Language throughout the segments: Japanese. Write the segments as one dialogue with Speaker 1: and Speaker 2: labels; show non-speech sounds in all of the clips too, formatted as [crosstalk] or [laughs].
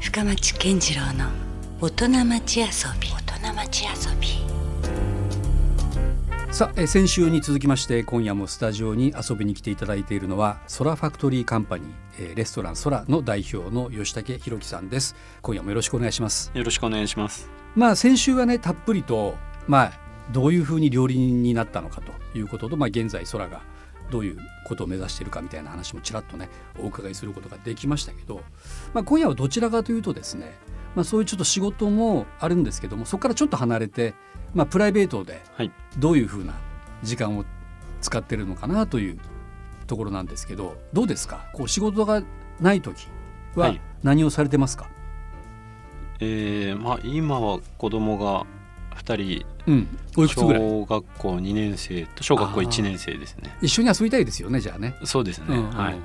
Speaker 1: 深町健次郎の大人町遊び大人町遊び
Speaker 2: さあえー先週に続きまして今夜もスタジオに遊びに来ていただいているのはソラファクトリーカンパニーえーレストランソラの代表の吉武弘樹さんです今夜もよろしくお願いします
Speaker 3: よろしくお願いします。
Speaker 2: まあ先週はねたっぷりとまあどういうふうに料理人になったのかということとまあ現在空がどういうことを目指しているかみたいな話もちらっとねお伺いすることができましたけど、まあ、今夜はどちらかというとですね、まあ、そういうちょっと仕事もあるんですけどもそこからちょっと離れて、まあ、プライベートで
Speaker 3: はい。
Speaker 2: どういうふうな時間を使ってるのかなというところなんですけどどうですかこう仕事がない時
Speaker 3: は
Speaker 2: はい何をされてますか、
Speaker 3: えー、まあ今は子供が2
Speaker 2: うん、おい
Speaker 3: 人、
Speaker 2: くつぐらい
Speaker 3: 小学校2年生と小学校
Speaker 2: あー
Speaker 3: 1年生ですね。
Speaker 2: 一緒に遊びたいですよねじゃあね。
Speaker 3: そうですね。
Speaker 2: うんうん
Speaker 3: はい。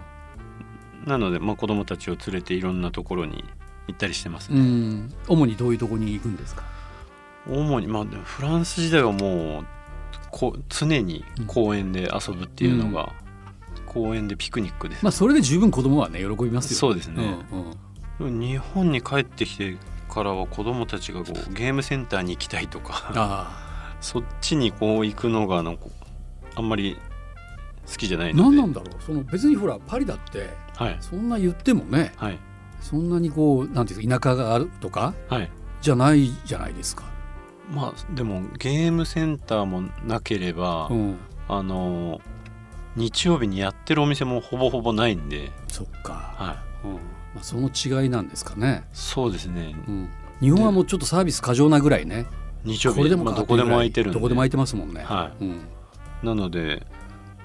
Speaker 3: なので、まあ、子供たちを連れていろんなところに行ったりしてます
Speaker 2: う
Speaker 3: ね。
Speaker 2: ん、主にどういうとこに行くんですか。
Speaker 3: 主に、まあ、でもフランス時代はもうこう常に公園で遊ぶっていうのが、公園でピクニックです、
Speaker 2: まあ、それで十分子供はね、喜びますよ。
Speaker 3: そうですね。
Speaker 2: うんうん
Speaker 3: 日本に帰ってきてからは子供たちがこうゲームセンターに行きたいとか。
Speaker 2: あ
Speaker 3: そっちにこう行くのがなんかあんまり好きじゃな
Speaker 2: あ、
Speaker 3: いの
Speaker 2: 何
Speaker 3: で。
Speaker 2: なんだろう。その別にほら、パリだって、
Speaker 3: はい
Speaker 2: そんな言ってもね、
Speaker 3: はい
Speaker 2: そんなにこう、なんていうか、田舎があるとか。
Speaker 3: はい。
Speaker 2: じゃないじゃないですか。
Speaker 3: まあでもゲームセンターもなければ、
Speaker 2: うん、
Speaker 3: あの日曜日にやってるお店もほぼほぼないんで、
Speaker 2: そっか。
Speaker 3: は
Speaker 2: うん、まあ、その違いなんですかね
Speaker 3: い。。そうですね。
Speaker 2: うん。日本はもうちょっとサービス過剰なぐらいね。
Speaker 3: 日曜
Speaker 2: これ
Speaker 3: 日
Speaker 2: でも
Speaker 3: まあ
Speaker 2: か
Speaker 3: どこでも空いてるんで。
Speaker 2: どこでも空いてますもんね。
Speaker 3: は
Speaker 2: うん。
Speaker 3: い。なので。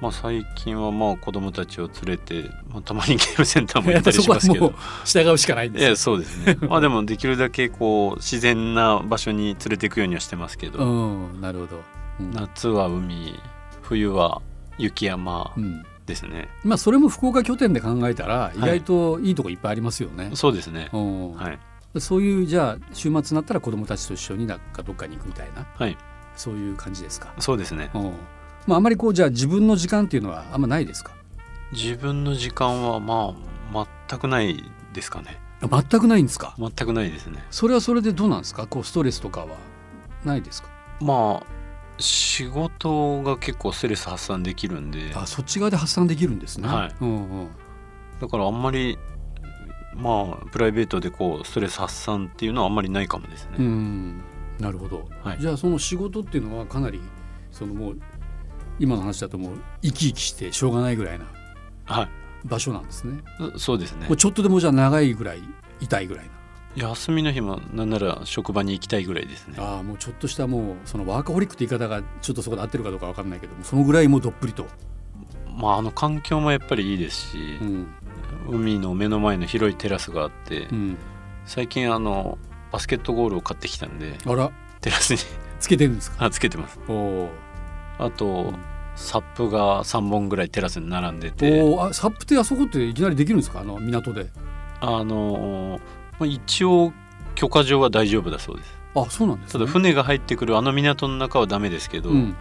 Speaker 3: まあ、最近はまあ子供たちを連れて、まあ、たまにゲームセンターも
Speaker 2: や
Speaker 3: 行
Speaker 2: っ
Speaker 3: っ
Speaker 2: ぱ
Speaker 3: たり
Speaker 2: そ
Speaker 3: し
Speaker 2: こ
Speaker 3: ま
Speaker 2: は
Speaker 3: すけ
Speaker 2: もう
Speaker 3: ど
Speaker 2: 従うし [laughs] かないん
Speaker 3: い
Speaker 2: です
Speaker 3: や
Speaker 2: よ。
Speaker 3: そうですねまあでもできるだけこう自然な場所に連れていくようにはしてますけど、
Speaker 2: うん、なるほど。うん
Speaker 3: 夏は海冬は雪山
Speaker 2: うん。
Speaker 3: ですね、
Speaker 2: まあそれも福岡拠点で考えたら
Speaker 3: い
Speaker 2: 意外といいとこいっぱいありますよね。
Speaker 3: そうですね
Speaker 2: うん
Speaker 3: はい
Speaker 2: そういうじゃあ週末になったら子どもたちと一緒になんかどっかに行くみたいな
Speaker 3: はい
Speaker 2: そういう感じですか。
Speaker 3: そうですね
Speaker 2: うんまああまりこうじゃあ自分の時間っていうのはあんまないですか。
Speaker 3: 自分の時間はまあ全くないですかね
Speaker 2: あ全くないんですか。
Speaker 3: 全くないですね
Speaker 2: それはそれでどうなんですか。こうストレスとかはないですか。
Speaker 3: まあ仕事が結構ストレス発散できるんで
Speaker 2: あそっち側で発散できるんですね。
Speaker 3: はい
Speaker 2: うんうん。
Speaker 3: だからあんまりまあプライベートでこうストレス発散っていうのはあんまりないかもです
Speaker 2: う
Speaker 3: ね、
Speaker 2: んなるほど、
Speaker 3: はい
Speaker 2: じゃあその仕事っていうのはかなりそのもう今の話だともう生き生きしてしょうがないぐらいな
Speaker 3: はい
Speaker 2: 場所なんですね
Speaker 3: そそうですね
Speaker 2: もうちょっとでもじゃあ長いぐらい痛いぐらいな
Speaker 3: 休みの日もなんなら職場に行きたいぐらいですね
Speaker 2: ああもうちょっとしたもうそのワーカホリックって言い方がちょっとそこで合ってるかどうかわかんないけどもそのぐらいもうどっぷりと、
Speaker 3: まああの環境もやっぱりいいですし、
Speaker 2: うん
Speaker 3: 海の目の前の広いテラスがあって、
Speaker 2: うん、
Speaker 3: 最近あのバスケットゴールを買ってきたんで
Speaker 2: あら
Speaker 3: テラスに
Speaker 2: つけてるんですか
Speaker 3: あつけてます
Speaker 2: おお
Speaker 3: あと、
Speaker 2: ん
Speaker 3: サップが3本ぐらいテラスに並んでて
Speaker 2: おーあサップってあそこっていきなりできるんですかあの港で
Speaker 3: あのーまあ一応許可上は大丈夫だそうです
Speaker 2: あそうなんです
Speaker 3: た
Speaker 2: ね
Speaker 3: だ船が入ってくるあの港の中はダメですけど、
Speaker 2: うん、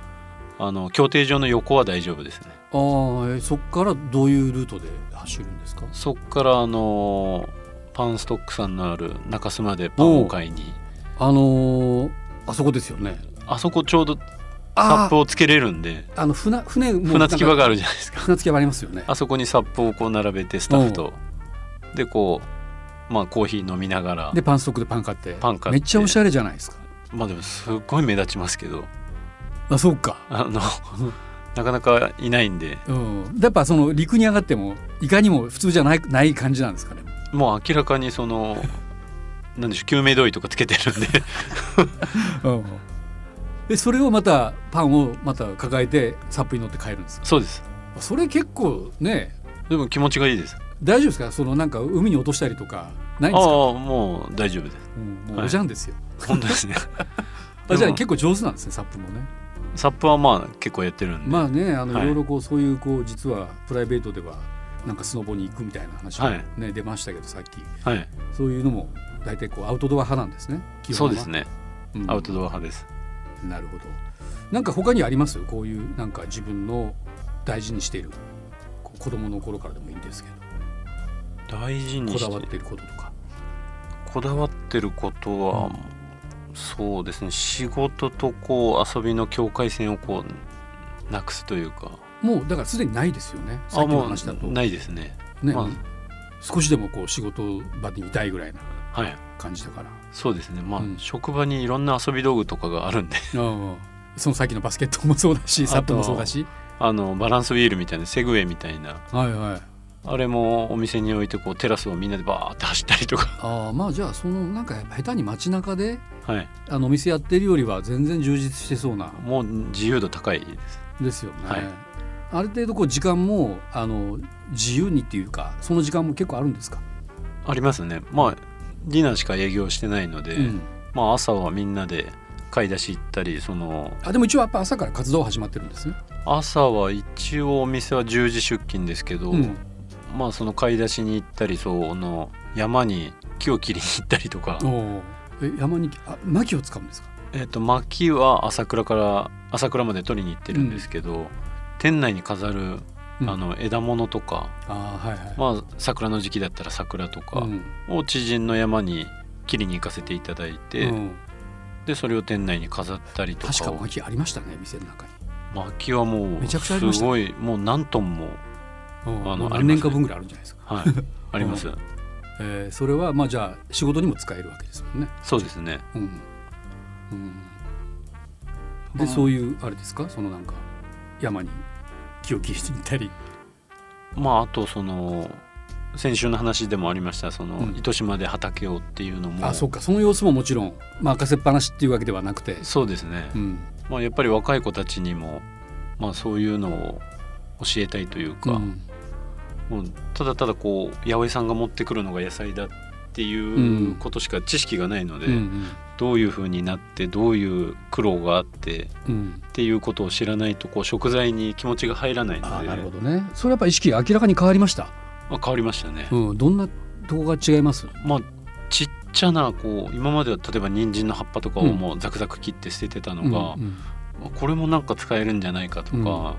Speaker 3: あの協定上の横は大丈夫ですね
Speaker 2: あーえそこからどういうルートで走るんですか
Speaker 3: そっからあのーパンストックさんのある中洲までパンを買いに
Speaker 2: あのーあそこですよね。
Speaker 3: あそこちょうどサッ
Speaker 2: あ
Speaker 3: プをつけれるんで
Speaker 2: あ、あの船船も
Speaker 3: 船着き場
Speaker 2: が
Speaker 3: があるじゃないですか
Speaker 2: 船着き場ありますよね。
Speaker 3: あそこにサップをこう並べてスタッフとでこうまあコーヒー飲みながら
Speaker 2: でパンストックでパン買って、
Speaker 3: パン買っ
Speaker 2: め
Speaker 3: て
Speaker 2: っちゃおしゃれじゃないですか。
Speaker 3: まあでもすっごい目立ちますけど
Speaker 2: あ、そうか。
Speaker 3: あの [laughs] なかなかいないんで
Speaker 2: うん。やっぱその陸に上がってもいかにも普通じゃないない感じなんですかね。
Speaker 3: もう明らかにそのなんでしょう救命胴衣とかつけて
Speaker 2: [laughs]
Speaker 3: るんで
Speaker 2: うん。でそれをまたパンをまた抱えてサップに乗って帰るんですか。
Speaker 3: そうです
Speaker 2: それ結構ね、
Speaker 3: でも気持ちがいいです
Speaker 2: 大丈夫ですか。そのなんか海に落としたりとかないん
Speaker 3: あ
Speaker 2: ですか。
Speaker 3: あもう大丈夫です
Speaker 2: うん、も
Speaker 3: は
Speaker 2: う
Speaker 3: い
Speaker 2: おじゃんですよ。
Speaker 3: 本
Speaker 2: [laughs]
Speaker 3: 当ですね
Speaker 2: あじゃあ
Speaker 3: でも
Speaker 2: 結構上手なんですねサップもね。
Speaker 3: サップはまあ結構やってるんで、
Speaker 2: まあねあの、、
Speaker 3: はいい
Speaker 2: ろいろこうそういうこう実はプライベートではなんかスノボに行くみたいな話が、ね出ましたけどさっき
Speaker 3: はい
Speaker 2: そういうのも大体こうアウトドア派なんですね基
Speaker 3: そ
Speaker 2: 本は
Speaker 3: うですね
Speaker 2: うん
Speaker 3: アウトドア派です
Speaker 2: なるほどなんか他にありますこういうなんか自分の大事にしているこう子供の頃からでもいいんですけど
Speaker 3: 大事に
Speaker 2: こ
Speaker 3: し
Speaker 2: だわってていることとか
Speaker 3: こだわってることは、
Speaker 2: うん
Speaker 3: そうですね仕事とこう遊びの境界線をこうなくすというか
Speaker 2: もうだからすでにないですよねさっきの話だと、
Speaker 3: あもう
Speaker 2: ね
Speaker 3: ないですねまあ
Speaker 2: 少しでもこう仕事場にいたいぐらいな
Speaker 3: はい
Speaker 2: 感じだから
Speaker 3: そうですねまあ、
Speaker 2: うん
Speaker 3: 職場にいろんな遊び道具とかがあるんで [laughs]
Speaker 2: ああそのさっきのバスケットもそうだし
Speaker 3: あと
Speaker 2: サップもそうだし
Speaker 3: あのバランスビールみたいなセグウェイみたいな
Speaker 2: はいはい
Speaker 3: あれもお店に置いてこうテラスをみんなでバーって走ったりとか [laughs]
Speaker 2: ああまあじゃあそのなんか下手に街中で
Speaker 3: はい
Speaker 2: あのお店やってるよりは全然充実してそうな
Speaker 3: もう自由度高いです
Speaker 2: ですよね、
Speaker 3: はい
Speaker 2: ある程度こう時間もあの自由にっていうかその時間も結構あるんですか、
Speaker 3: ありますねまあディナーしか営業してないので、
Speaker 2: うん、
Speaker 3: まあ朝はみんなで買い出し行ったりその
Speaker 2: あでも一応やっぱ朝から活動始まってるんですね、
Speaker 3: 朝は一応お店は10時出勤ですけど、
Speaker 2: うん、
Speaker 3: まあその買い出しに行ったりその山に木を切りに行ったりとか、
Speaker 2: おおえ山にあ薪を使うんですか
Speaker 3: えっと薪は朝倉から朝倉まで取りに行ってるんですけど、店内に飾る
Speaker 2: うん
Speaker 3: あの枝物とか、
Speaker 2: あーはいはい、
Speaker 3: まあ桜の時期だったら桜とか
Speaker 2: うん
Speaker 3: を知人の山に切りに行かせていただいて、
Speaker 2: うん
Speaker 3: でそれを店内に飾ったりとか
Speaker 2: 確か薪ありましたね店の中に
Speaker 3: 薪はもう
Speaker 2: めち
Speaker 3: す
Speaker 2: ゃくちゃありました
Speaker 3: ごいもう何トンも、
Speaker 2: うん
Speaker 3: あの
Speaker 2: もう何
Speaker 3: ありますね
Speaker 2: 年か分ぐらいあるんじゃないですか、 [laughs]
Speaker 3: はい、あります
Speaker 2: えーそれはまあじゃあ仕事にも使えるわけですもんね
Speaker 3: そうですね
Speaker 2: うん、うん、
Speaker 3: ま
Speaker 2: で
Speaker 3: あ
Speaker 2: そういうあれですかそのなんか山に木を切りに行ったり
Speaker 3: まああとその先週の話でもありましたその、
Speaker 2: うん
Speaker 3: 糸島で畑をっていうのも
Speaker 2: あそっかその様子ももちろん、まあ、任せっぱなしっていうわけではなくて、
Speaker 3: そうですね、
Speaker 2: うん
Speaker 3: まあ、やっぱり若い子たちにも、まあ、そういうのを教えたいというか、
Speaker 2: うん
Speaker 3: もうただただこう八百屋さんが持ってくるのが野菜だって
Speaker 2: う
Speaker 3: い
Speaker 2: ん
Speaker 3: うことしか知識がないので、
Speaker 2: うんうん
Speaker 3: どういう風になってどういう苦労があって
Speaker 2: うん
Speaker 3: っていうことを知らないとこう食材に気持ちが入らないので
Speaker 2: あーなるほどねそれやっぱ意識が明らかに変わりました、
Speaker 3: まあ、変わりましたね。
Speaker 2: うん、どんなとこが違います
Speaker 3: まあちっちゃなこう今までは例えば人参の葉っぱとかをもうザクザク切って捨ててたのが、
Speaker 2: うん
Speaker 3: まあこれもなんか使えるんじゃないかとか、
Speaker 2: うん
Speaker 3: ま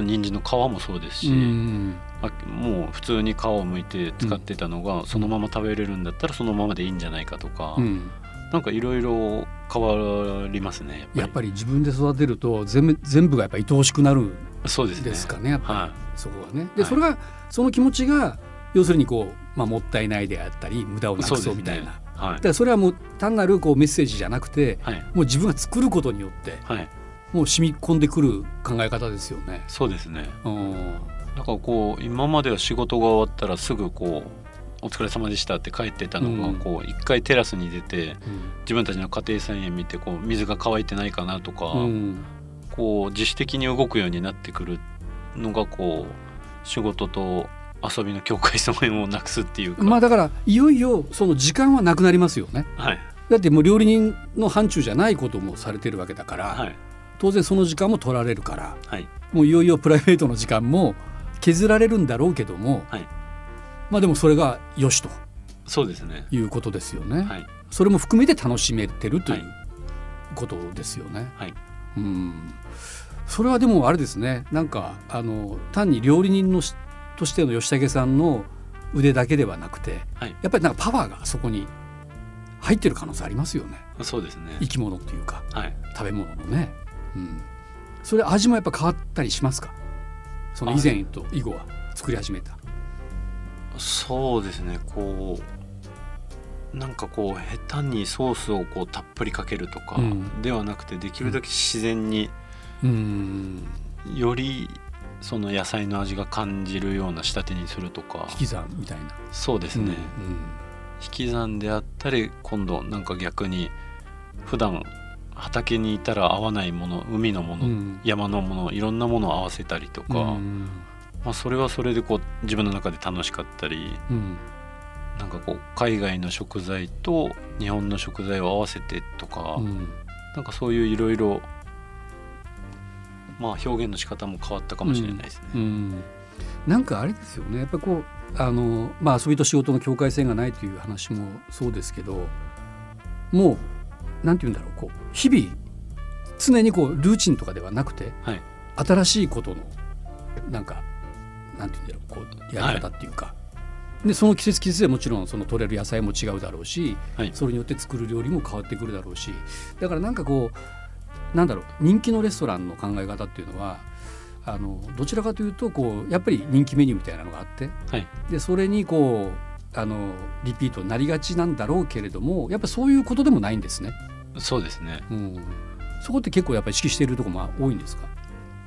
Speaker 3: あ人参の皮もそうで
Speaker 2: う
Speaker 3: すし、
Speaker 2: んうん
Speaker 3: まあもう普通に皮を剥いて使ってたのが、そのまま食べれるんだったらそのままでいいんじゃないかとか、
Speaker 2: うん、
Speaker 3: なんかいろいろ変わりますねや
Speaker 2: やっ
Speaker 3: っぱ
Speaker 2: ぱ
Speaker 3: り
Speaker 2: り自分で育てると全部全部がやっぱ愛おしくなるん
Speaker 3: そうですね
Speaker 2: ですかねやっぱり
Speaker 3: は
Speaker 2: そこはね。で、
Speaker 3: はい
Speaker 2: それがその気持ちが要するにこう、まあ、もったいないであったり無駄を
Speaker 3: い
Speaker 2: なくそうみたいな。
Speaker 3: ね
Speaker 2: だか、
Speaker 3: はい
Speaker 2: らそれはもう単なるこうメッセージじゃなくて
Speaker 3: はい
Speaker 2: もう自分が作ることによって
Speaker 3: はい
Speaker 2: もう染み込んでくる考え方ですよね。
Speaker 3: そうですね
Speaker 2: うん
Speaker 3: だからこう今までは仕事が終わったらすぐこうお疲れ様でしたって帰ってたのが、
Speaker 2: うん
Speaker 3: こう一回テラスに出て自分たちの家庭菜園見てこう水が乾いてないかなとか、
Speaker 2: うん
Speaker 3: こう自主的に動くようになってくるのがこう仕事と遊びの境界線をなくすっていうか、
Speaker 2: まあだからいよいよその時間はなくなりますよね。
Speaker 3: はい
Speaker 2: だってもう料理人の範疇じゃないこともされてるわけだから、
Speaker 3: はい
Speaker 2: 当然その時間も取られるから
Speaker 3: はい
Speaker 2: もういよいよプライベートの時間も削られるんだろうけども、
Speaker 3: はい
Speaker 2: まあでもそれがよしと
Speaker 3: そうですね
Speaker 2: いうことですよね。
Speaker 3: はい
Speaker 2: それも含めて楽しめてるとい
Speaker 3: は
Speaker 2: うことですよね。
Speaker 3: はい
Speaker 2: うん。それはでもあれですね。なんかあの単に料理人のしとしての吉武さんの腕だけではなくて、
Speaker 3: はい
Speaker 2: やっぱりなんかパワーがそこに入ってる可能性ありますよね。
Speaker 3: そうですね
Speaker 2: 生き物というか
Speaker 3: はい
Speaker 2: 食べ物のね。うん。それ味もやっぱ変わったりしますか。その以前と以後は作り始めた。
Speaker 3: そうですねこうなんかこう下手にソースをこうたっぷりかけるとか
Speaker 2: うん
Speaker 3: ではなくて、できるだけ自然に
Speaker 2: うん。
Speaker 3: よりその野菜の味が感じるような仕立てにするとか
Speaker 2: 引き算みたいな。
Speaker 3: そうですね、
Speaker 2: うん
Speaker 3: 引き算であったり今度なんか逆に普段畑にいたら合わないもの海のもの、
Speaker 2: うん
Speaker 3: 山のものいろんなものを合わせたりとか、
Speaker 2: うん
Speaker 3: まあ、それはそれでこう自分の中で楽しかったり
Speaker 2: うん
Speaker 3: なんかこう海外の食材と日本の食材を合わせてとか、
Speaker 2: うん
Speaker 3: なんかそういういろいろまあ表現の仕方も変わったかもしれないですね。
Speaker 2: うんなんかあれですよねやっぱこうあの、まあ、遊びと仕事の境界線がないという話もそうですけどもうなんて言うんだろうこう日々常にこうルーチンとかではなくて、
Speaker 3: はい
Speaker 2: 新しいことのなんかなんて言うんだろうこうやり方っていうか、でその季節季節でもちろんその取れる野菜も違うだろうし、
Speaker 3: はい
Speaker 2: それによって作る料理も変わってくるだろうしだからなんかこうなんだろう人気のレストランの考え方っていうのはあのどちらかというとこうやっぱり人気メニューみたいなのがあって
Speaker 3: はい
Speaker 2: でそれにこうあのリピートになりがちなんだろうけれどもやっぱそういうことでもないんですね。
Speaker 3: そうですね
Speaker 2: うん、そこって結構やっぱり意識しているところも多いんですか、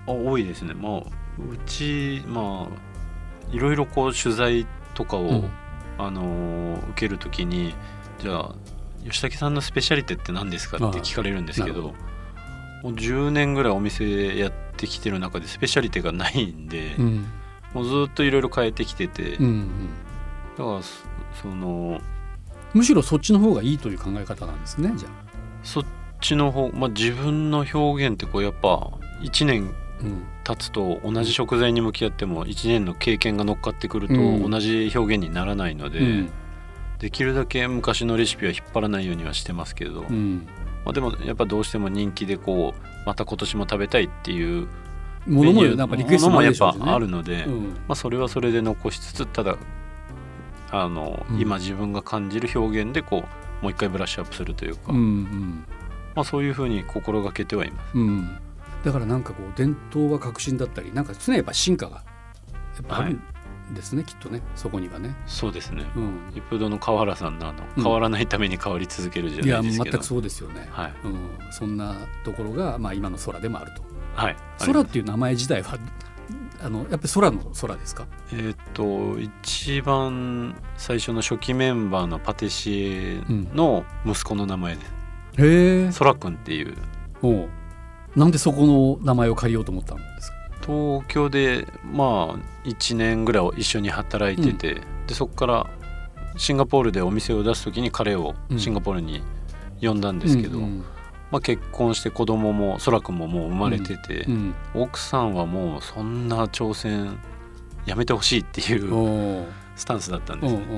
Speaker 3: あ多いですねまあうちまあいろいろこう取材とかを、
Speaker 2: うん
Speaker 3: あのー受けるときにじゃあ吉武さんのスペシャリテって何ですかって聞かれるんですけ
Speaker 2: ああな
Speaker 3: どもう10年ぐらいお店やってきてる中でスペシャリテがないんで、
Speaker 2: ん
Speaker 3: もうずっといろいろ変えてきてて、
Speaker 2: うんう
Speaker 3: だ
Speaker 2: ん、
Speaker 3: からそその
Speaker 2: むしろそっちの方がいいという考え方なんですねじゃあ。
Speaker 3: そっちの方、まあ、自分の表現ってこうやっぱ1年
Speaker 2: うん
Speaker 3: 経つと同じ食材に向き合っても1年の経験が乗っかってくると
Speaker 2: うん
Speaker 3: 同じ表現にならないので、
Speaker 2: うん
Speaker 3: できるだけ昔のレシピは引っ張らないようにはしてますけど、
Speaker 2: う
Speaker 3: ま
Speaker 2: ん
Speaker 3: あ、でもやっぱどうしても人気でこうまた今年も食べたいっていう
Speaker 2: ものも
Speaker 3: メニュー
Speaker 2: やっぱリクエストも
Speaker 3: も
Speaker 2: ある
Speaker 3: や
Speaker 2: で
Speaker 3: っ
Speaker 2: しょ
Speaker 3: ぱ
Speaker 2: うしね
Speaker 3: あるので、
Speaker 2: うん
Speaker 3: まあ、それはそれで残しつつただあの、
Speaker 2: うん
Speaker 3: 今自分が感じる表現でこうもう一回ブラッシュアップするというか、
Speaker 2: うん
Speaker 3: まあ、そういうふうに心がけてはいます。
Speaker 2: うんうん、だからなんかこう伝統は革新だったりなんか常にやっぱ進化がやっぱあるんですね、きっとねそこにはね。
Speaker 3: そうですね
Speaker 2: うん、
Speaker 3: 一風堂の川原さんのあの
Speaker 2: うん
Speaker 3: 変わらないために変わり続ける
Speaker 2: い
Speaker 3: じゃな
Speaker 2: や
Speaker 3: いです
Speaker 2: 全
Speaker 3: けど、
Speaker 2: くそうですよね、
Speaker 3: はい
Speaker 2: うん、そんなところが、まあ、今の空でもあると
Speaker 3: はいあり
Speaker 2: 空
Speaker 3: ま
Speaker 2: っ
Speaker 3: す
Speaker 2: ていう名前自体はあのやっぱり空の空ですか
Speaker 3: えーっと一番最初の初期メンバーのパティシエの息子の名前です、
Speaker 2: へえ
Speaker 3: そらくんっていう
Speaker 2: おうなんでそこの名前を借りようと思ったんですか
Speaker 3: 東京でまあ1年ぐらいを一緒に働いてて、でそこからシンガポールでお店を出す時に彼を
Speaker 2: うん
Speaker 3: シンガポールに呼んだんですけど、
Speaker 2: うんうん
Speaker 3: まあ、結婚して子供もそらくんももう生まれてて、
Speaker 2: うん、
Speaker 3: 奥さんはもうそんな挑戦やめてほしいっていううん
Speaker 2: おう
Speaker 3: スタンスだったん
Speaker 2: お
Speaker 3: で
Speaker 2: う
Speaker 3: す
Speaker 2: お
Speaker 3: ね、
Speaker 2: う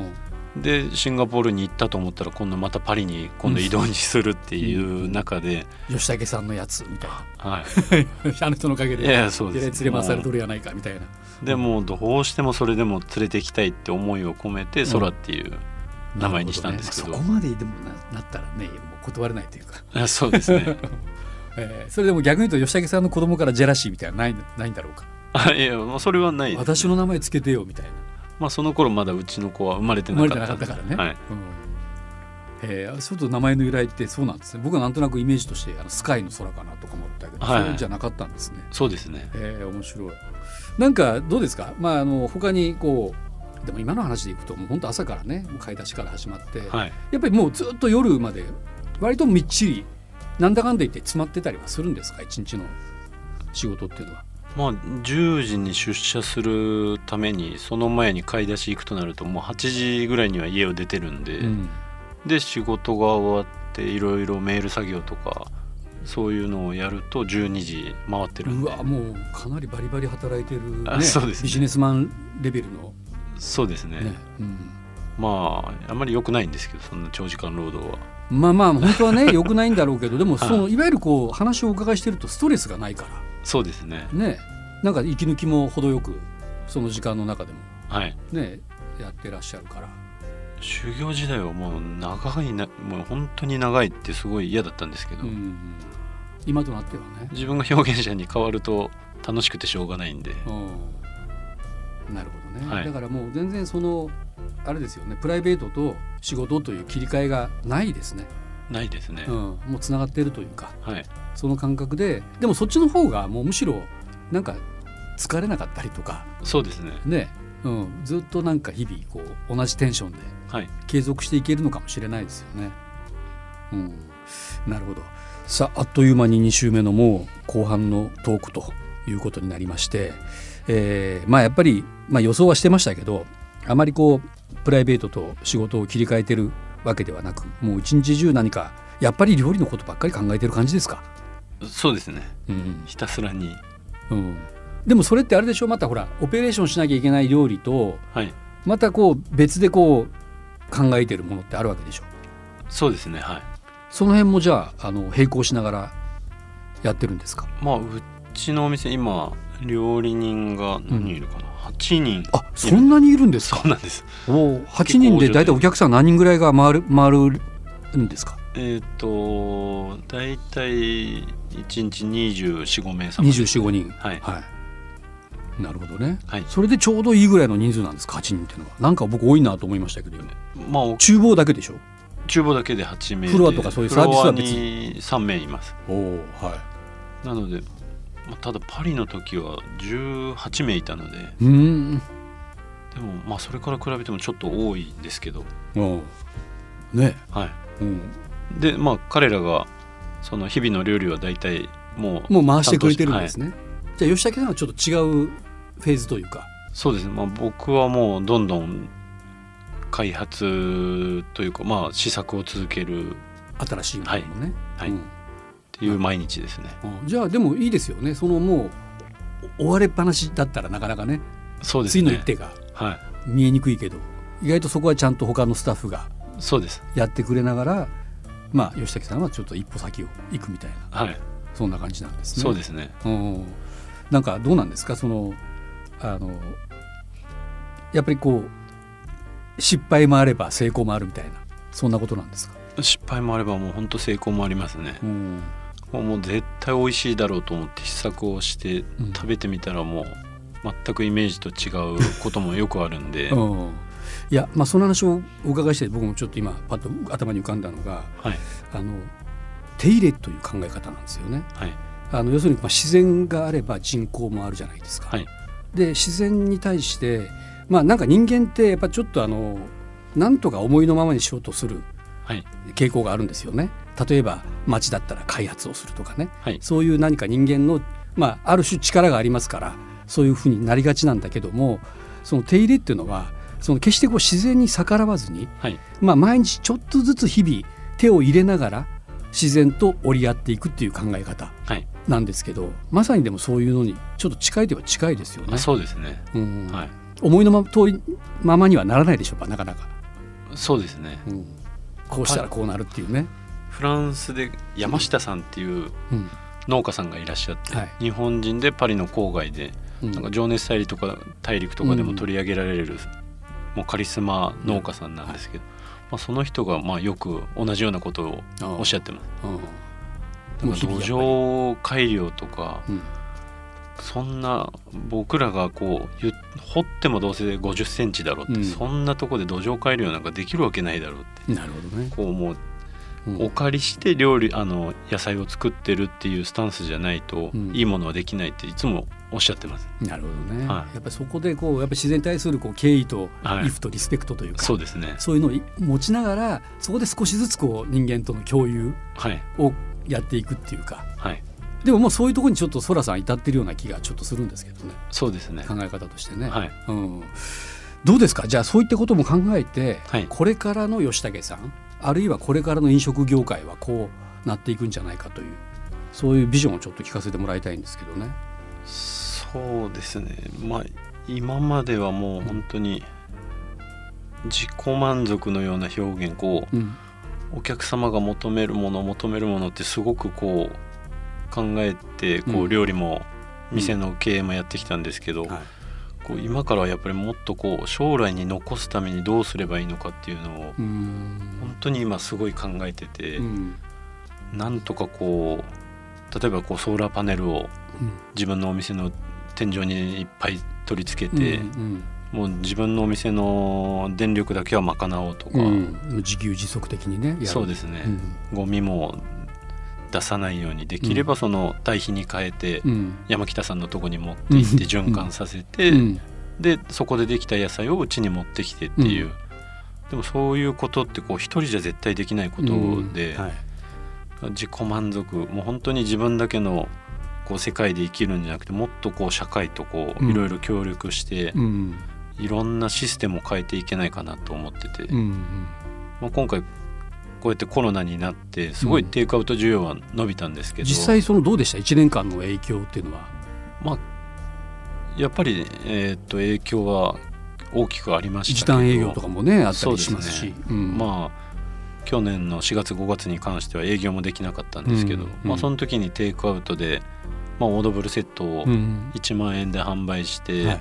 Speaker 3: でシンガポールに行ったと思ったら今度またパリに今度移動にするっていう中で、
Speaker 2: 吉武さんのやつみたいな [laughs]
Speaker 3: は
Speaker 2: あの人のおかげ
Speaker 3: い、
Speaker 2: で
Speaker 3: いやそうで
Speaker 2: 連 [laughs]
Speaker 3: す
Speaker 2: れ回されとるやないかみたいな
Speaker 3: でもうどうしてもそれでも連れて行きたいって思いを込めて「空」っていう、名前にしたんですけど
Speaker 2: なるほねまあそこまででもななったらねもう断れないというか、
Speaker 3: あそうですね
Speaker 2: えーそれでも逆に言うと吉武さんの子供からジェラシーみたいなのないないんだろうか
Speaker 3: [laughs] あいやまあそれはないですね、
Speaker 2: 私の名前つけてよみたいな
Speaker 3: まあ、その頃まだうちの子は生まれて
Speaker 2: 生ま
Speaker 3: な
Speaker 2: れてな
Speaker 3: か
Speaker 2: か
Speaker 3: っ
Speaker 2: ったからね、
Speaker 3: たはい、
Speaker 2: うんえー、ちょっと名前の由来ってそうなんですね僕はなんとなくイメージとしてあのスカイの空かなとか思ったけど、
Speaker 3: はい
Speaker 2: そうじゃなかったんですね
Speaker 3: そうですね
Speaker 2: えー、面白いなんかどうですかまああの他にこうでも今の話でいくともう本当朝からねもう買い出しから始まって、
Speaker 3: はい
Speaker 2: やっぱりもうずっと夜まで割とみっちりなんだかんだ言って詰まってたりはするんですか一日の仕事っていうのは。
Speaker 3: まあ10時に出社するためにその前に買い出し行くとなるともう8時ぐらいには家を出てるんで、
Speaker 2: うん
Speaker 3: で仕事が終わっていろいろメール作業とかそういうのをやると12時回ってるん
Speaker 2: う
Speaker 3: で
Speaker 2: わもうかなりバリバリ働いてる、ね
Speaker 3: あそうですね
Speaker 2: ビジネスマンレベルの、
Speaker 3: そうですね
Speaker 2: ねうん
Speaker 3: まああまり良くないんですけどそんな長時間労働は
Speaker 2: まあまあ本当はね良くないんだろうけどでも
Speaker 3: はい
Speaker 2: そのいわゆるこう話をお伺いしてるとストレスがないか
Speaker 3: そうですね
Speaker 2: らねなんか息抜きも程よくその時間の中でも
Speaker 3: はい
Speaker 2: ねやってらっしゃるから。
Speaker 3: 修行時代はもう長いなもう本当に長いってすごい嫌だったんですけど、
Speaker 2: うん今となってはね。
Speaker 3: 自分が表現者に変わると楽しくてしょうがないんで
Speaker 2: うんなるほどね、
Speaker 3: はい
Speaker 2: だからもう全然そのあれですよねプライベートと仕事という切り替えがないですね、
Speaker 3: ないですね、
Speaker 2: うん、もうつながっているというか
Speaker 3: はい
Speaker 2: その感覚ででもそっちの方がもうむしろなんか疲れなかったりとか
Speaker 3: そうですね
Speaker 2: ね、うん、ずっとなんか日々こう同じテンションで
Speaker 3: はい
Speaker 2: 継続していけるのかもしれないですよね。うん、なるほどさああっという間に2週目のもう後半のトークということになりまして、えーまあやっぱり、まあ、予想はしてましたけどあまりこうプライベートと仕事を切り替えてるわけではなくもう一日中何かやっぱり料理のことばっかり考えてる感じですか。
Speaker 3: そうですね
Speaker 2: うん
Speaker 3: ひたすらに
Speaker 2: うん、でもそれってあれでしょまたほらオペレーションしなきゃいけない料理と
Speaker 3: はい
Speaker 2: またこう別でこう考えてるものってあるわけでしょ
Speaker 3: そうですねはい
Speaker 2: その辺もじゃああの並行しながらやってるんですか。
Speaker 3: まあうちのお店今料理人が何人いるかな、 8人
Speaker 2: あそんなにいるんですか
Speaker 3: そうなんです
Speaker 2: お8人で大体お客さん何人ぐらいが回る回るんですか
Speaker 3: えっ、と大体1日245名様
Speaker 2: 245人
Speaker 3: はい
Speaker 2: はいなるほどね、
Speaker 3: はい
Speaker 2: それでちょうどいいぐらいの人数なんですか8人っていうのはなんか僕多いなと思いましたけど今
Speaker 3: まあお
Speaker 2: 厨房だけでしょ
Speaker 3: 厨房だけで8名で
Speaker 2: フロアとかそういうサービスは別
Speaker 3: フロアに3名います
Speaker 2: おおは
Speaker 3: なのでまあただパリの時は18名いたので
Speaker 2: いうーん
Speaker 3: でもまあそれから比べてもちょっと多いんですけど
Speaker 2: おね
Speaker 3: は
Speaker 2: うん
Speaker 3: いでまあ彼らがその日々の料理は大体もう
Speaker 2: もう回してくれてるんですね、じゃあ吉武さんはちょっと違うフェーズというか
Speaker 3: そうですね、まあ、僕はもうどんどん開発というかまあ試作を続けるっ
Speaker 2: 新しいものもね、
Speaker 3: はいはい
Speaker 2: うん
Speaker 3: ていう毎日ですね、
Speaker 2: あじゃあでもいいですよねそのもうお終われっぱなしだったらなかなかね
Speaker 3: そうですね
Speaker 2: 次の一手が
Speaker 3: はい
Speaker 2: 見えにくいけど意外とそこはちゃんと他のスタッフが
Speaker 3: そうです
Speaker 2: やってくれながらまあ吉崎さんはちょっと一歩先を行くみたいな
Speaker 3: はい、
Speaker 2: そんな感じなんですね。
Speaker 3: そうですね
Speaker 2: うんなんかどうなんですかそのあのやっぱりこう失敗もあれば成功もあるみたいなそんなことなんですか、
Speaker 3: 失敗もあればもう本当成功もありますね
Speaker 2: うん
Speaker 3: もうもう絶対美味しいだろうと思って試作をして
Speaker 2: うん
Speaker 3: 食べてみたらもう全くイメージと違うこともよくあるんで、
Speaker 2: うんいや、まあ、その話をお伺いして僕もちょっと今パッと頭に浮かんだのが
Speaker 3: はい
Speaker 2: あの手入れという考え方なんですよね。
Speaker 3: はい
Speaker 2: あの要するにまあ自然があれば人口もあるじゃないですか。
Speaker 3: はい
Speaker 2: で自然に対してまあなんか人間ってやっぱちょっとあのなんとか思いのままにしようとする
Speaker 3: はい
Speaker 2: 傾向があるんですよね。例えば町だったら開発をするとかね、
Speaker 3: はい
Speaker 2: そういう何か人間の、まあ、ある種力がありますからそういうふうになりがちなんだけどもその手入れっていうのはその決してこう自然に逆らわずに、
Speaker 3: はい
Speaker 2: まあ、毎日ちょっとずつ日々手を入れながら自然と折り合っていくっていう考え方
Speaker 3: はい
Speaker 2: なんですけどまさにでもそういうのにちょっと近いといえば近いですよ
Speaker 3: まあ
Speaker 2: ね。
Speaker 3: そうですね
Speaker 2: うん
Speaker 3: はい
Speaker 2: 思いのまま通りままにはならないでしょうかなかなか、
Speaker 3: そうですね
Speaker 2: うんこうしたらこうなるっていうね。
Speaker 3: フランスで山下さんっていう
Speaker 2: うん
Speaker 3: 農家さんがいらっしゃって、
Speaker 2: はい
Speaker 3: 日本人でパリの郊外で
Speaker 2: うん
Speaker 3: なんか情熱大陸とか大陸とかでも取り上げられる、もうカリスマ農家さんなんですけど、まあ、その人がまあよく同じようなことをおっしゃってます。
Speaker 2: うん、
Speaker 3: なんか土壌改良とか
Speaker 2: うん
Speaker 3: そんな僕らがこうゆ掘ってもどうせ5 0センチだろうって、
Speaker 2: うん
Speaker 3: そんなとこで土壌改良なんかできるわけないだろうって
Speaker 2: なるほどね、
Speaker 3: こうもう
Speaker 2: うん
Speaker 3: お借りして料理あの野菜を作ってるっていうスタンスじゃないと、
Speaker 2: うん
Speaker 3: いいものはできないっていつもおっしゃってます。
Speaker 2: なるほどね、
Speaker 3: はい
Speaker 2: やっぱりそこでこうやっぱ自然に対するこう敬意と
Speaker 3: はい
Speaker 2: イフとリスペクトというか、
Speaker 3: そうですね。
Speaker 2: そういうのをい持ちながらそこで少しずつこう人間との共有
Speaker 3: はい
Speaker 2: をやっていくっていうか
Speaker 3: はい
Speaker 2: でももうそういうところにちょっとそらさん至ってるような気がちょっとするんですけどね
Speaker 3: そうですね。
Speaker 2: 考え方としてね、
Speaker 3: はい
Speaker 2: うん、どうですかじゃあそういったことも考えて、
Speaker 3: はい
Speaker 2: これからの吉武さんあるいはこれからの飲食業界はこうなっていくんじゃないかというそういうビジョンをちょっと聞かせてもらいたいんですけどね。
Speaker 3: そうですね。まあ今まではもう本当に自己満足のような表現こう
Speaker 2: うん
Speaker 3: お客様が求めるもの求めるものってすごくこう考えてこ
Speaker 2: う
Speaker 3: うん料理も
Speaker 2: うん
Speaker 3: 店の経営もやってきたんですけど、
Speaker 2: はい
Speaker 3: こう今からはやっぱりもっとこう将来に残すためにどうすればいいのかっていうのを
Speaker 2: うーん
Speaker 3: 本当に今すごい考えてて、
Speaker 2: うん
Speaker 3: なんとかこう例えばこうソーラーパネルを自分のお店の天井にいっぱい取り付け
Speaker 2: うん
Speaker 3: て、
Speaker 2: うん
Speaker 3: もう自分のお店の電力だけは賄おうとか、
Speaker 2: うん自給自足的にねやる
Speaker 3: そうですね、
Speaker 2: うん
Speaker 3: ゴミも出さないようにできればその堆肥に変えて
Speaker 2: うん
Speaker 3: 山北さんのとこに持って行って
Speaker 2: うん
Speaker 3: 循環させて、
Speaker 2: うん
Speaker 3: でそこでできた野菜をうちに持ってきてってい
Speaker 2: う
Speaker 3: う、
Speaker 2: ん
Speaker 3: でもそういうことってこう一人じゃ絶対できないことで、
Speaker 2: うんはい
Speaker 3: 自己満足もう本当に自分だけのこう世界で生きるんじゃなくてもっとこう社会とこう
Speaker 2: うん
Speaker 3: いろいろ協力して、
Speaker 2: うん
Speaker 3: いろんなシステムを変えていけないかなと思ってて。
Speaker 2: うんうん
Speaker 3: まあ、今回こうやってコロナになってすごいテイクアウト需要は伸びたんですけど、
Speaker 2: 実際そのどうでした1年間の影響っていうのは
Speaker 3: まあ、やっぱり、えーっと影響は大きくありまし
Speaker 2: 時
Speaker 3: たけど
Speaker 2: 短営業とかもねあったりし
Speaker 3: そう
Speaker 2: ま
Speaker 3: ですす
Speaker 2: し
Speaker 3: ねまあ去年の4月5月に関しては営業もできなかったんですけ
Speaker 2: う
Speaker 3: ど、
Speaker 2: んう
Speaker 3: まあ、
Speaker 2: ん
Speaker 3: その時にテイクアウトで、まあ、オードブルセットを
Speaker 2: あうん
Speaker 3: 1万円で販売して、
Speaker 2: はい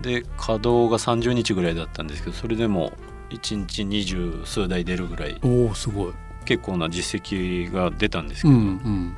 Speaker 3: で稼働が30日ぐらいだったんですけどそれでも1日二十数台出るぐらい
Speaker 2: おおすごい。
Speaker 3: 結構な実績が出たんですけ
Speaker 2: う
Speaker 3: ど、
Speaker 2: んうん。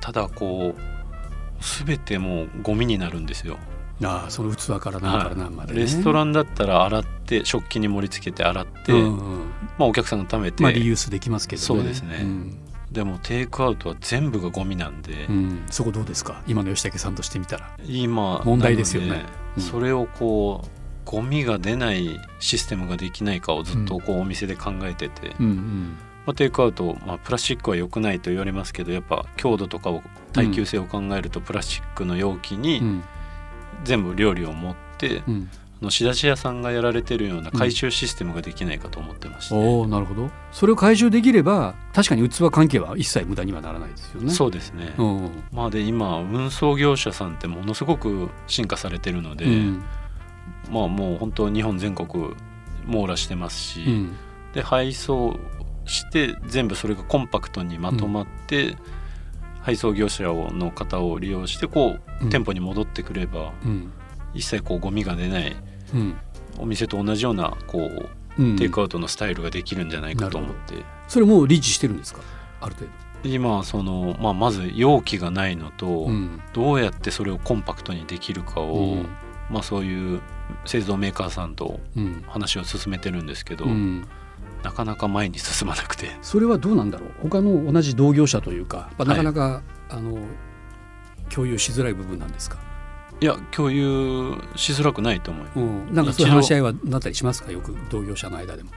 Speaker 3: ただこう全てもうゴミになるんですよ、
Speaker 2: ああその器から何から何まで、ね
Speaker 3: レスト
Speaker 2: ン
Speaker 3: ランだったら洗って食器に盛り付けて洗って、
Speaker 2: うんうん、
Speaker 3: まあ、お客さんが食べて、
Speaker 2: まあリユースできますけどね。
Speaker 3: そうですね
Speaker 2: うん
Speaker 3: でもテイクアウトは全部がゴミなんで、
Speaker 2: うんそこどうですか今の吉武さんとしてみたら。
Speaker 3: 今
Speaker 2: 問題ですよね
Speaker 3: なので
Speaker 2: うん
Speaker 3: それをこうゴミが出ないシステムができないかをずっとこうお店で考えてて、
Speaker 2: うんうん。
Speaker 3: まあ、テイクアウト、まあ、プラスチックは良くないと言われますけどやっぱ強度とかを耐久性を考えるとプラスチックの容器
Speaker 2: う
Speaker 3: に
Speaker 2: ん
Speaker 3: 全部料理を持って、
Speaker 2: うん、
Speaker 3: あの仕出し屋さんがやられてるような回収システムができないかと思ってまして、
Speaker 2: おおなるほどそれを回収できれば確かに器関係は一切無駄にはならないですよね。
Speaker 3: そうですね、
Speaker 2: うんうん
Speaker 3: まあで今運送業者さんってものすごく進化されてるので、
Speaker 2: うん
Speaker 3: まあもう本当日本全国網羅してますし、
Speaker 2: うん
Speaker 3: で配送して全部それがコンパクトにまとまって、配送業者の方を利用してこう、
Speaker 2: うん
Speaker 3: 店舗に戻ってくれば
Speaker 2: うん
Speaker 3: 一切こうゴミが出ない
Speaker 2: うん
Speaker 3: お店と同じようなこう、
Speaker 2: うん
Speaker 3: テイクアウトのスタイルができるんじゃないかと思って、
Speaker 2: それもうリーチしてるんですかある程
Speaker 3: 今その、まあ、まず容器がないのと、
Speaker 2: 度。ん
Speaker 3: どうやってそれをコンパクトにできるかを、
Speaker 2: うん
Speaker 3: まあ、そういう製造メーカーさんと
Speaker 2: うん
Speaker 3: 話を進めてるんですけど、
Speaker 2: うん
Speaker 3: なかなか前に進まなくて
Speaker 2: それはどうなんだろう他の同じ同業者というか、まあ、な
Speaker 3: はい
Speaker 2: かなか、あの共有しづらい部分なんですか、
Speaker 3: いや共有しづらくないと思
Speaker 2: う
Speaker 3: う
Speaker 2: ん、なんかそういう
Speaker 3: 一応
Speaker 2: 話し合いはなったりしますかよく同業者の間でも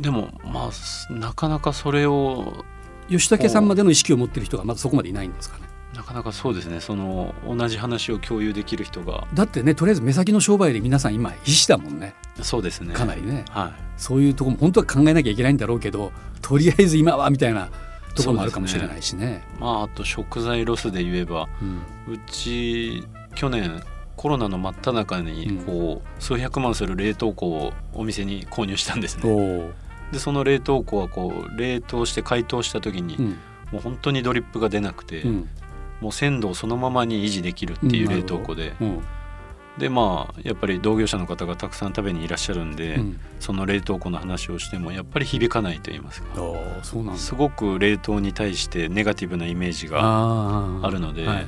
Speaker 3: でもまあすなかなかそれを
Speaker 2: 吉武さんまでの意識を持ってる人がまだそこまでいないんですかね
Speaker 3: なかなかそうですねその同じ話を共有できる人が
Speaker 2: だってねとりあえず目先の商売で皆さん今必死だもんね
Speaker 3: そうですね
Speaker 2: かなりね
Speaker 3: は
Speaker 2: そういうとこも本当は考えなきゃいけないんだろうけどとりあえず今はみたいなところもあるかもしれないしね
Speaker 3: いまああと食材ロスで言えば
Speaker 2: うん
Speaker 3: うち去年コロナの真っ只中に
Speaker 2: うん
Speaker 3: こう数百万する冷凍庫をお店に購入したんですね、
Speaker 2: おー
Speaker 3: でその冷凍庫はこう冷凍して解凍した時に、
Speaker 2: うん
Speaker 3: もう本当にドリップが出なくて、
Speaker 2: うん
Speaker 3: もう鮮度をそのままに維持できるっていう冷凍庫で、
Speaker 2: うん
Speaker 3: でまあやっぱり同業者の方がたくさん食べにいらっしゃるんで、
Speaker 2: うん
Speaker 3: その冷凍庫の話をしてもやっぱり響かないと言いますか、
Speaker 2: ああそうなんだ
Speaker 3: すごく冷凍に対してネガティブなイメージが
Speaker 2: あ
Speaker 3: あるので、
Speaker 2: はい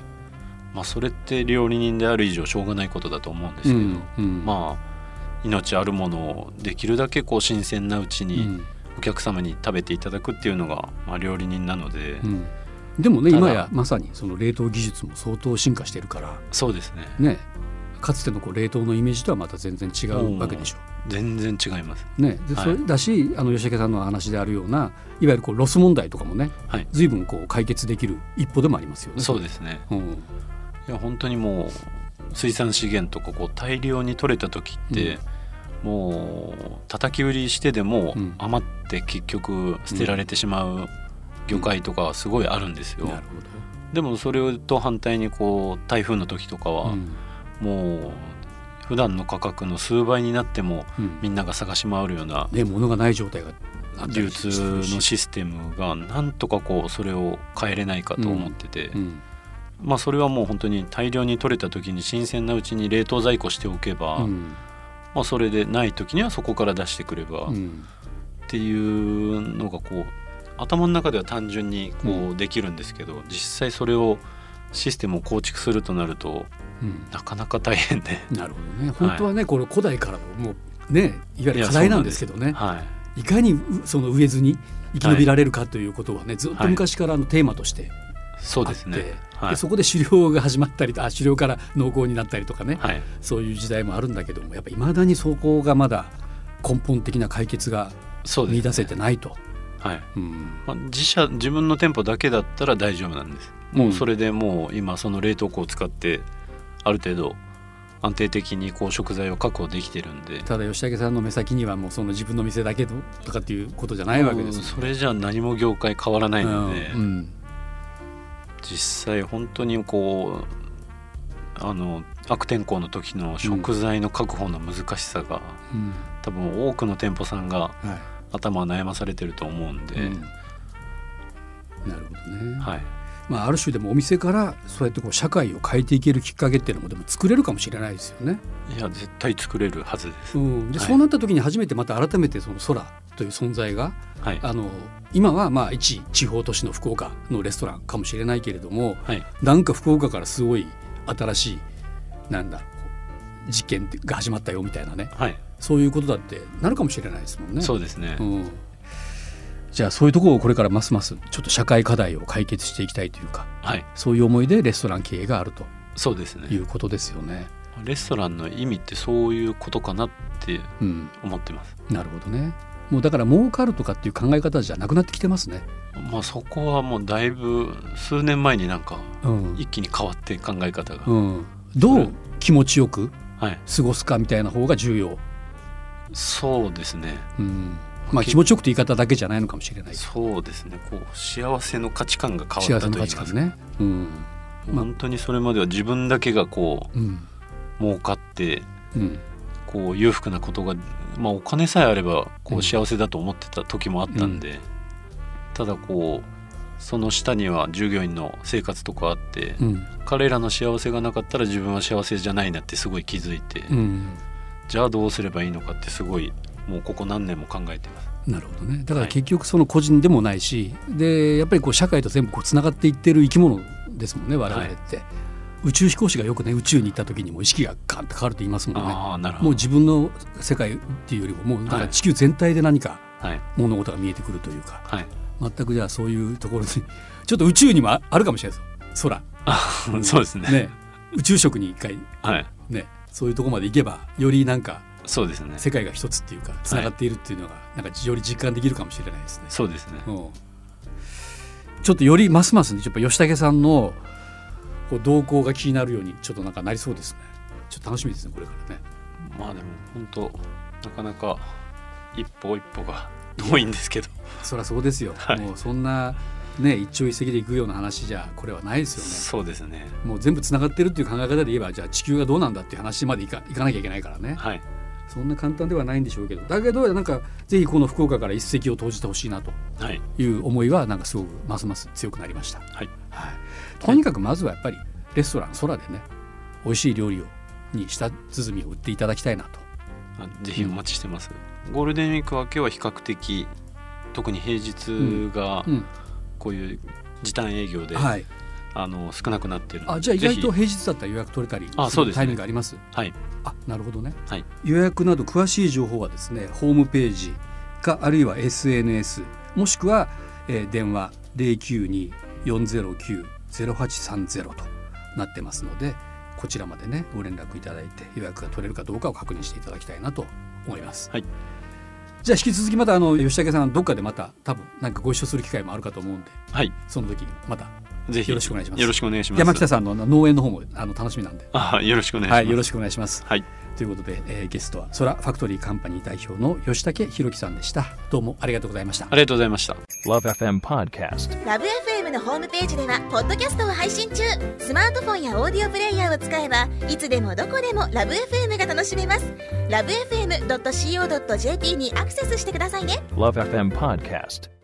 Speaker 3: まあ、それって料理人である以上しょうがないことだと思うんですけど、
Speaker 2: うんうん
Speaker 3: まあ命あるものをできるだけこう新鮮なうち
Speaker 2: う
Speaker 3: に
Speaker 2: ん
Speaker 3: お客様に食べていただくっていうのが、まあ、料理人なので、
Speaker 2: うんでもね
Speaker 3: た
Speaker 2: 今
Speaker 3: だ
Speaker 2: やまさにその冷凍技術も相当進化してるから
Speaker 3: そうですね
Speaker 2: ねかつてのこう冷凍のイメージとはまた全然違うわけでしょ
Speaker 3: 全然違います
Speaker 2: ね、で
Speaker 3: はい
Speaker 2: それだしあの吉武さんの話であるようないわゆるこうロス問題とかもね、
Speaker 3: はい
Speaker 2: 随分こう解決できる一歩でもありますよね。
Speaker 3: そうですね
Speaker 2: うん
Speaker 3: いや本当にもう水産資源とかこう大量に取れた時って、もう叩き売りしてでも
Speaker 2: うん
Speaker 3: 余って結局捨てられてしまう魚介とかはすごいあるんですよ、
Speaker 2: なるほ
Speaker 3: でもそれと反対にこう台風の時とか
Speaker 2: ど。
Speaker 3: は
Speaker 2: うん
Speaker 3: もう普段の価格の数倍になっても
Speaker 2: うん
Speaker 3: みんなが探し回るような
Speaker 2: ね物がない状態があったり
Speaker 3: 流通のシステムがなんとかこうそれを変えれないかと思ってて、
Speaker 2: うん
Speaker 3: まあ、それはもう本当に大量に取れた時に新鮮なうちに冷凍在庫しておけば、
Speaker 2: うん
Speaker 3: まあ、それでない時にはそこから出してくれば
Speaker 2: う
Speaker 3: っ
Speaker 2: ん
Speaker 3: ていうのがこう頭の中では単純にこうできるんですけど、実際それをシステムを構築するとなると
Speaker 2: うん
Speaker 3: なかなか大変で、
Speaker 2: なるほどね本当はね、この古代からのもうねいわゆる課題なんですけどね
Speaker 3: はい
Speaker 2: いかにうその植えずに生き延びられるかということはね、ずっと昔からのテーマとして
Speaker 3: そう
Speaker 2: あ
Speaker 3: で
Speaker 2: って
Speaker 3: すねはい
Speaker 2: でそこで狩猟が始まったりとあ狩猟から農耕になったりとかね、
Speaker 3: はい
Speaker 2: そういう時代もあるんだけどもやっぱいまだにそこがまだ根本的な解決が
Speaker 3: そうですね
Speaker 2: 見出せてないと。
Speaker 3: はい
Speaker 2: うん
Speaker 3: まあ、自社自分の店舗だけだったら大丈夫なんですもうそれでもう今その冷凍庫を使ってある程度安定的にこう食材を確保できてるんで
Speaker 2: ただ吉武さんの目先にはもうその自分の店だけどとかっていうことじゃないわけです
Speaker 3: う
Speaker 2: よ
Speaker 3: んそれじゃ何も業界変わらないので、
Speaker 2: うんうん
Speaker 3: 実際本当にこうあの悪天候の時の食材の確保の難しさが、
Speaker 2: うん
Speaker 3: 多分多くの店舗さんが
Speaker 2: はい
Speaker 3: 頭を悩まされてると思うんで、
Speaker 2: うんなるほどね、
Speaker 3: はい、
Speaker 2: まあ、ある種でもお店からそうやってこう社会を変えていけるきっかけっていうのもでも作れるかもしれないですよね。
Speaker 3: いや絶対作れるはずです。
Speaker 2: うん、で
Speaker 3: はい
Speaker 2: そうなった時に初めてまた改めてその空という存在が
Speaker 3: はい
Speaker 2: あの今はまあ一地方都市の福岡のレストランかもしれないけれども
Speaker 3: はい
Speaker 2: なんか福岡からすごい新しいなんだろう実験が始まったよみたいなね
Speaker 3: はい、
Speaker 2: そういうことだってなるかもしれないですもんね。
Speaker 3: そうですね。
Speaker 2: うん、じゃあそういうところをこれからますますちょっと社会課題を解決していきたいというか
Speaker 3: はい
Speaker 2: そういう思いでレストラン経営があると
Speaker 3: そうです
Speaker 2: い
Speaker 3: ね。
Speaker 2: うことですよね。
Speaker 3: レストランの意味ってそういうことかなって
Speaker 2: うん、
Speaker 3: 思ってます。
Speaker 2: なるほどね。もうだから儲かるとかっていう考え方じゃなくなってきてますね。
Speaker 3: まあそこはもうだいぶ数年前になんか
Speaker 2: うん
Speaker 3: 一気に変わって考え方が、
Speaker 2: うん、どう気持ちよく
Speaker 3: はい
Speaker 2: 過ごすかみたいな方が重要。
Speaker 3: そうですね
Speaker 2: うんまあ、気持ちよくって言い方だけじゃないのかもしれないけど
Speaker 3: そうですねこう幸せの価値観が変
Speaker 2: 幸
Speaker 3: わった
Speaker 2: せ
Speaker 3: と
Speaker 2: の
Speaker 3: 言いま
Speaker 2: 価
Speaker 3: す
Speaker 2: 値
Speaker 3: か
Speaker 2: 観ね。うんまあ
Speaker 3: 本当にそれまでは自分だけがこ
Speaker 2: うん
Speaker 3: う儲かって
Speaker 2: うん
Speaker 3: こう裕福なことが、まあ、お金さえあれば
Speaker 2: う
Speaker 3: こ
Speaker 2: ん
Speaker 3: う幸せだと思ってた時もあったんで、ただこうその下には従業員の生活とかあって、
Speaker 2: うん
Speaker 3: 彼らの幸せがなかったら自分は幸せじゃないなってすごい気づいて、
Speaker 2: うん
Speaker 3: じゃあどうすればいいのかってすごいもうここ何年も考えてます。
Speaker 2: なるほどねだから
Speaker 3: はい
Speaker 2: 結局その個人でもないし、でやっぱりこう社会と全部こうつながっていってる生き物ですもんね我々って、宇宙飛行士がよくね宇宙に行った時にも意識がカンと変わると言いますもんね
Speaker 3: ああなるほど
Speaker 2: もう自分の世界っていうよりももうだから地球全体で何か
Speaker 3: はい
Speaker 2: 物事が見えてくるというか、
Speaker 3: はい
Speaker 2: 全くじゃあそういうところにちょっと宇宙にもああるかもしれないですよ
Speaker 3: あ
Speaker 2: 空
Speaker 3: [laughs] そうですね
Speaker 2: 宇宙食に一回
Speaker 3: はい
Speaker 2: ねそういうところまで行けばよりなんか
Speaker 3: そうですね
Speaker 2: 世界が一つっていうかつながっているっていうのがなんかより実感できるかもしれないですね。
Speaker 3: そうですね
Speaker 2: うんちょっとよりますますねちょっと吉武さんのこう動向が気になるようにちょっとなんかなりそうですねちょっと楽しみですねこれからね
Speaker 3: まあでも本当なかなか一歩一歩が遠いんですけど
Speaker 2: そりゃそうですよ、
Speaker 3: はい
Speaker 2: もうそんなね一朝一夕で行くような話じゃこれはないですよね
Speaker 3: そうですね
Speaker 2: もう全部つながってるっていう考え方で言えばじゃあ地球がどうなんだっていう話までいかいかなきゃいけないからね
Speaker 3: はい
Speaker 2: そんな簡単ではないんでしょうけどだけどなんかぜひこの福岡から一石を投じてほしいなと
Speaker 3: はい
Speaker 2: いう思いはなんかすごくますます強くなりました、
Speaker 3: はい
Speaker 2: はい、とにかくまずはやっぱりレストラン空でね美味しい料理をに舌鼓を打っていただきたいなと
Speaker 3: あぜひお待ちしてます、ゴールデンウィーク明けは比較的特に平日が
Speaker 2: うん
Speaker 3: こういう時短営業で、
Speaker 2: はい、
Speaker 3: あの少なくなってるので
Speaker 2: あじゃあ意
Speaker 3: ぜ
Speaker 2: 外
Speaker 3: ひ
Speaker 2: と平日だったら予約取れたり
Speaker 3: あそうですね
Speaker 2: タイミングあります
Speaker 3: はい
Speaker 2: あなるほどね、
Speaker 3: はい
Speaker 2: 予約など詳しい情報はですねホームページかあるいは SNS もしくは、えー電話092-409-0830となってますのでこちらまでねご連絡いただいて予約が取れるかどうかを確認していただきたいなと思います。
Speaker 3: はい
Speaker 2: じゃあ引き続きまたあの吉武さんどっかでまた多分なんかご一緒する機会もあるかと思うんで
Speaker 3: はい
Speaker 2: その時にまた
Speaker 3: ぜひ
Speaker 2: よろしくお願いします
Speaker 3: よろしくお願いします
Speaker 2: 山北さんのあの農園の方もあの楽しみなんで、
Speaker 3: あよろしくお願いします
Speaker 2: はい、よろしくお願いします。
Speaker 3: はい
Speaker 2: ということで、えーゲストはソラファクトリーカンパニー代表の吉武弘樹さんでしたどうもありがとうございました
Speaker 3: ありがとうございました
Speaker 4: Love FM Podcast.
Speaker 5: ラブ f m のホームページではポッドキャストを配信中スマートフォンやオーディオプレイヤーを使えばいつでもどこでもラブ f m が楽しめますラブ FM.co.jp にアクセスしてくださいね
Speaker 4: Love FM Podcast.